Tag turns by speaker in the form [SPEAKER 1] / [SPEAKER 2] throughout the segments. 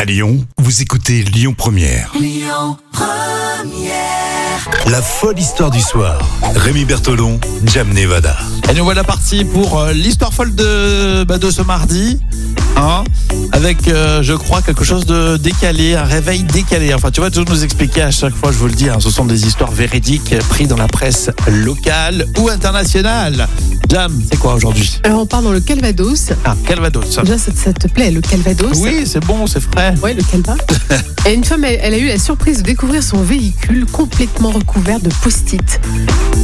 [SPEAKER 1] À Lyon, vous écoutez Lyon Première. La folle histoire du soir. Rémi Bertolon, Jam Nevada.
[SPEAKER 2] Et nous voilà partis pour euh, l'histoire folle de, bah, de ce mardi. Hein, avec, euh, je crois, quelque chose de décalé, un réveil décalé. Enfin, tu vois, tout nous expliquer à chaque fois, je vous le dis, hein, ce sont des histoires véridiques euh, prises dans la presse locale ou internationale. Jam, c'est quoi aujourd'hui
[SPEAKER 3] Alors Euh, on part dans le Calvados.
[SPEAKER 2] Ah, Calvados.
[SPEAKER 3] Déjà, ça, ça te plaît, le Calvados
[SPEAKER 2] Oui, c'est bon, c'est frais.
[SPEAKER 3] Ouais, le Calva. Et une femme, elle, elle a eu la surprise de découvrir son véhicule complètement recouvert de post-it.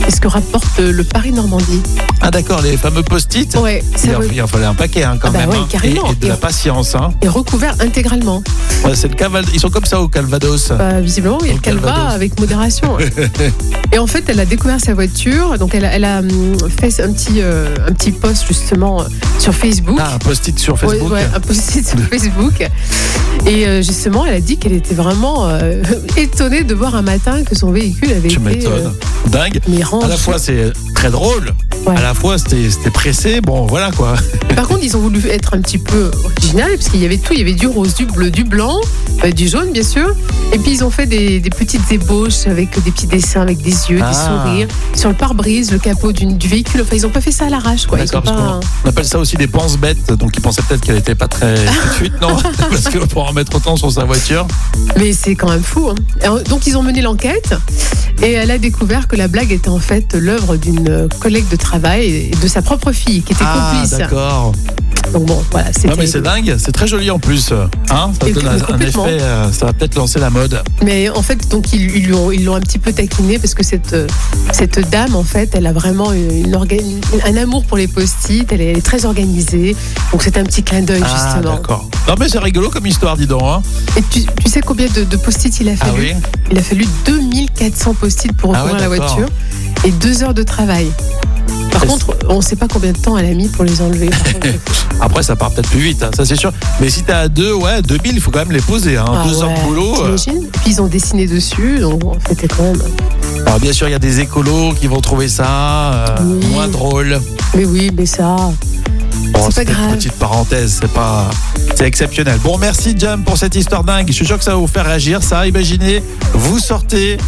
[SPEAKER 3] C'est ce que rapporte euh, le Paris-Normandie.
[SPEAKER 2] Ah, d'accord, les fameux post-it.
[SPEAKER 3] Ouais,
[SPEAKER 2] Il
[SPEAKER 3] ça
[SPEAKER 2] en,
[SPEAKER 3] re-
[SPEAKER 2] il en fallait un paquet hein, quand
[SPEAKER 3] Ah bah
[SPEAKER 2] même.
[SPEAKER 3] ouais,
[SPEAKER 2] hein.
[SPEAKER 3] carrément.
[SPEAKER 2] Et, et de la
[SPEAKER 3] Et-
[SPEAKER 2] patience. Hein.
[SPEAKER 3] est recouvert intégralement.
[SPEAKER 2] Ouais, c'est le Caval- Ils sont comme ça au Calvados.
[SPEAKER 3] Bah, visiblement, il y a
[SPEAKER 2] Dans le
[SPEAKER 3] le Calva
[SPEAKER 2] Calvados.
[SPEAKER 3] avec modération. ouais. Et en fait, elle a découvert sa voiture. Donc, elle a, elle a, hum, fait un petit, euh, un petit post justement euh, sur Facebook.
[SPEAKER 2] Ah, un post-it sur
[SPEAKER 3] Ouais,
[SPEAKER 2] Facebook.
[SPEAKER 3] ouais, un post-it sur Facebook. Et euh, justement, elle a dit qu'elle était vraiment euh, étonnée de voir un matin que son véhicule avait
[SPEAKER 2] Tu
[SPEAKER 3] été euh,
[SPEAKER 2] m'étonnes. Dingue.
[SPEAKER 3] mais
[SPEAKER 2] À la
[SPEAKER 3] rangé.
[SPEAKER 2] fois, c'est très drôle.
[SPEAKER 3] Ouais.
[SPEAKER 2] À la fois, c'était c'était pressé. Bon, voilà quoi.
[SPEAKER 3] Par contre, ils ont voulu être un petit peu original parce qu'il y avait tout. Il y avait du rose, du bleu, du blanc, euh, du jaune, bien sûr. Et puis, ils ont fait des, des petites ébauches avec des petits dessins, avec des yeux,
[SPEAKER 2] Ah.
[SPEAKER 3] des sourires. Sur le pare-brise, le capot d'une- du véhicule. Enfin, ils n'ont pas fait ça à l'arrache, quoi. Ils
[SPEAKER 2] D'accord,
[SPEAKER 3] ont
[SPEAKER 2] parce
[SPEAKER 3] pas-
[SPEAKER 2] On appelle ça aussi des penses bêtes. Donc, ils pensaient peut-être qu'elle n'était pas très
[SPEAKER 3] Ah.
[SPEAKER 2] tout de suite, non Parce que pour en mettre autant sur sa voiture.
[SPEAKER 3] Mais c'est quand même fou. hein. Alors, Donc, ils ont mené l'enquête. Et elle a découvert que la blague était en fait l'œuvre d'une euh, collègue de travail et de sa propre fille qui était
[SPEAKER 2] Ah,
[SPEAKER 3] complice.
[SPEAKER 2] d'accord.
[SPEAKER 3] Donc bon, voilà, c'était.
[SPEAKER 2] Non, mais c'est dingue. C'est très joli en plus. Hein ça
[SPEAKER 3] Et
[SPEAKER 2] donne un- un
[SPEAKER 3] complètement.
[SPEAKER 2] effet. euh, ça va peut-être lancer la mode.
[SPEAKER 3] Mais en fait, donc ils ils l'ont ils l'ont un petit peu taquiné parce que cette euh, cette dame en fait, elle a vraiment une, une orga- une- un amour pour les post-it. Elle est, elle est très organisée. Donc c'est un petit clin d'œil
[SPEAKER 2] Ah,
[SPEAKER 3] justement.
[SPEAKER 2] d'accord. Non, mais c'est rigolo comme histoire, dis donc. hein.
[SPEAKER 3] Et tu, tu sais combien de, de post-it il a
[SPEAKER 2] Ah
[SPEAKER 3] fallu
[SPEAKER 2] oui
[SPEAKER 3] Il a fallu 2400 post-it pour
[SPEAKER 2] Ah
[SPEAKER 3] recouvrir
[SPEAKER 2] ouais,
[SPEAKER 3] la
[SPEAKER 2] d'accord.
[SPEAKER 3] voiture et deux heures de travail. Par
[SPEAKER 2] Et
[SPEAKER 3] contre, on ne sait pas combien de temps elle a mis pour les enlever. Par contre,
[SPEAKER 2] Après, ça part peut-être plus vite, hein, ça c'est sûr. Mais si t'as deux, ouais, 2000, il faut quand même les poser. Hein.
[SPEAKER 3] ah
[SPEAKER 2] deux heures
[SPEAKER 3] ouais,
[SPEAKER 2] de boulot. euh,
[SPEAKER 3] t'imagines Puis ils ont dessiné dessus, donc bon, c'était quand même.
[SPEAKER 2] Alors, bien sûr, il y a des écolos qui vont trouver ça euh,
[SPEAKER 3] Oui.
[SPEAKER 2] moins drôle.
[SPEAKER 3] Mais oui, mais ça. C'est pas
[SPEAKER 2] c'était
[SPEAKER 3] grave.
[SPEAKER 2] Une petite parenthèse, c'est pas, c'est exceptionnel. Bon, merci Jam pour cette histoire dingue. Je suis sûr que ça va vous faire réagir. Ça, imaginez, vous sortez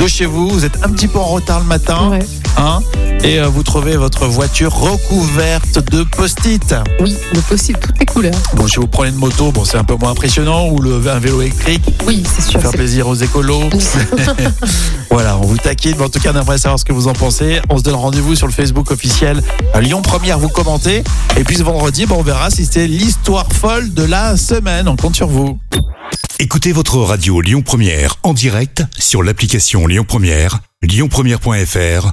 [SPEAKER 2] de chez vous, vous êtes un petit peu en retard le matin,
[SPEAKER 3] Ouais.
[SPEAKER 2] hein, et euh, vous trouvez votre voiture recouverte de post-it.
[SPEAKER 3] Oui, le possible, toutes les couleurs.
[SPEAKER 2] Bon, si vous prenez une moto, bon, c'est un peu moins impressionnant, ou le, un vélo électrique,
[SPEAKER 3] Oui, c'est sûr.
[SPEAKER 2] faire
[SPEAKER 3] c'est-
[SPEAKER 2] plaisir aux écolos. Voilà, on vous taquine, mais en tout cas, on aimerait savoir ce que vous en pensez. On se donne rendez-vous sur le Facebook officiel à Lyon Première, vous commentez. Et puis ce vendredi, bon, on verra si c'était l'histoire folle de la semaine. On compte sur vous.
[SPEAKER 1] Écoutez votre radio Lyon Première en direct sur l'application Lyon Première, lyonpremière.fr